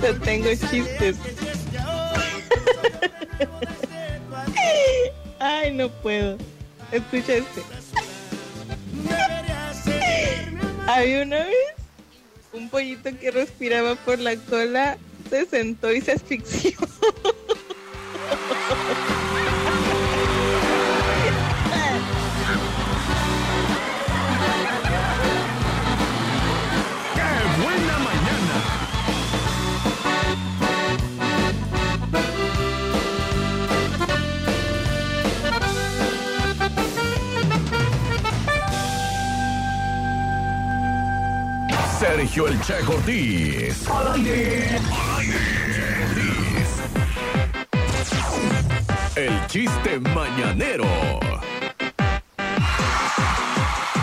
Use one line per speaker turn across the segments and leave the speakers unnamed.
No tengo chistes. Ay, no puedo. Escucha este. Había una vez un pollito que respiraba por la cola, se sentó y se asfixió.
¡Qué buena mañana! Sergio el Che Ortiz. Al aire. Al aire. El chiste mañanero.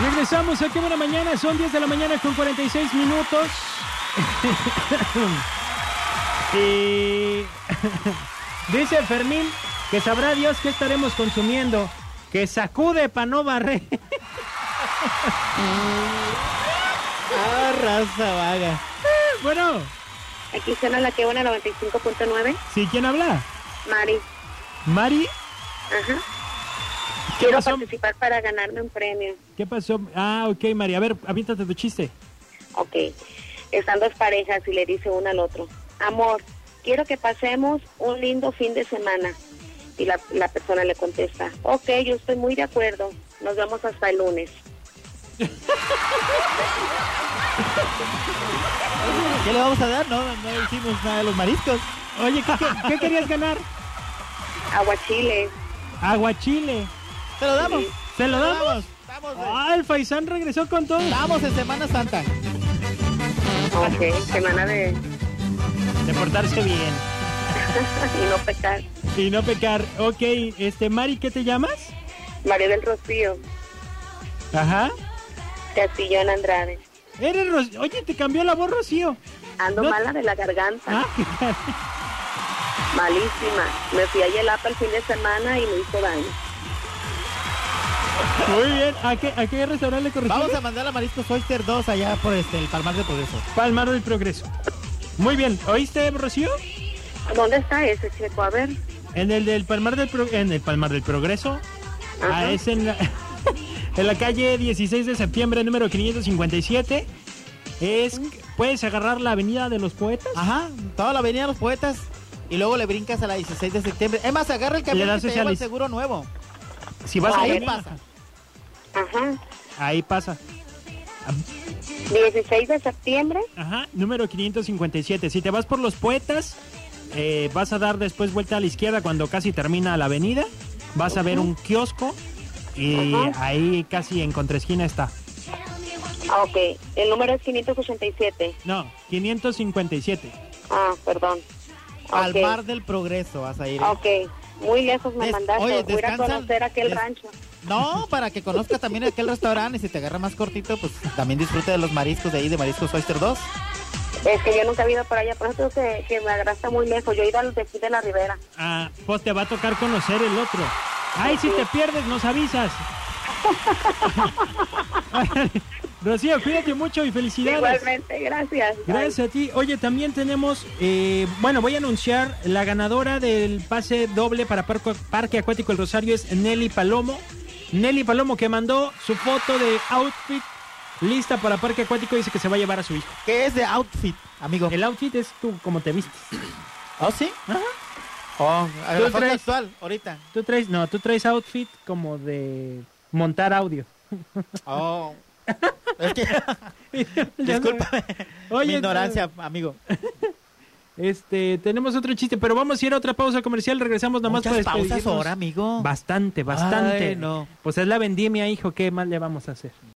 Regresamos a Qué Buena Mañana, son 10 de la mañana con 46 minutos. y dice Fermín que sabrá Dios qué estaremos consumiendo, que sacude pa' no barrer. ah, raza vaga. Bueno,
Aquí suena la que buena 95.9.
¿sí quién habla?
Mari,
Mari,
ajá.
¿qué
Quiero
pasó?
participar para ganarme un premio.
¿Qué pasó? Ah, ok, Mari, a ver, aviéntate tu chiste.
Ok. Están dos parejas y le dice uno al otro, amor, quiero que pasemos un lindo fin de semana. Y la, la persona le contesta, ok, yo estoy muy de acuerdo, nos vemos hasta el lunes.
¿Qué le vamos a dar? No, no hicimos nada de los mariscos.
Oye, ¿qué- qué- qué querías ganar?
Aguachile.
Aguachile.
Te lo damos.
¿Se lo
Te lo
damos?
Vamos, güey.
Ah, el Faisán regresó con todo.
Vamos en Semana Santa.
Ok, semana de...
De portarse bien.
y no pecar.
Y no pecar. Ok, este, Mari, ¿qué te llamas?
María del Rocío,
Ajá.
Castillón Andrade.
Eres Ro- Oye, te cambió la voz, Rocío.
Ando
No-
mala de la garganta,
Ah, qué car-
malísima. Me fui a Yelapa el fin de semana y me hizo daño.
muy bien. ¿A qué, a qué restaurante le corresponde?
Vamos a mandar a Mariscos Oyster 2 allá por este, el Palmar de Progreso.
Palmar del Progreso. Muy bien. ¿Oíste, Rocío?
¿Dónde está ese checo? A ver.
En el del Palmar del Pro- en el Palmar del Progreso.
Ajá.
Ah, es en la, en la calle 16 de septiembre, número 557. Es, puedes agarrar la avenida de los poetas. Ah,
Ajá, toda la avenida de los poetas. Y luego le brincas a la 16 de septiembre. Es más, agarra el
Le
camión
das
que te
ese
lleva el
Alice.
seguro nuevo.
Si vas a
Ahí
Yelapa,
pasa.
Ajá.
Ahí pasa.
16 de septiembre.
Ajá, número 557. Si te vas por los poetas, eh, vas a dar después vuelta a la izquierda cuando casi termina la avenida. Vas a ver un kiosco y
Ajá.
ahí casi en contraesquina está.
Ah, ok. El número es 587.
No, 557.
Ah, perdón.
Al
Ok.
Mar del Progreso vas a ir. ¿eh?
Ok. Muy lejos me
Des-
mandaste.
oye,
Voy a ir a
descansa-
conocer aquel
des-
rancho.
No, para que conozcas también aquel restaurante. Y si te agarra más cortito, pues también disfruta de los mariscos de ahí, de Mariscos Oyster 2.
Es que yo nunca he ido por allá. Por eso que, que me agarraste muy lejos. Yo he ido a los de aquí de la Ribera.
Ah, pues te va a tocar conocer el otro. Ay, si te pierdes, nos avisas. Rocío, cuídate mucho y felicidades.
Igualmente, gracias.
Gracias a ti. Oye, también tenemos, eh, bueno, voy a anunciar la ganadora del pase doble para Parco- Parque Acuático El Rosario es Nelly Palomo. Nelly Palomo que mandó su foto de outfit lista para Parque Acuático dice que se va a llevar a su hijo.
¿Qué es de outfit, amigo?
El outfit es tú como te vistes.
¿Oh, sí?
Ajá.
Oh, a ver,
¿Tú
la foto
traes?
actual, ahorita.
Tú traes, no, tú traes outfit como de montar audio.
Oh. Es que, discúlpame.
Oye,
mi ignorancia, amigo.
Este, tenemos otro chiste, pero vamos a ir a otra pausa comercial. Regresamos nomás
Muchas
para
pausas
despedirnos.
ahora, amigo.
Bastante, bastante.
Ay, no.
Pues es la vendimia, hijo, ¿qué más le vamos a hacer?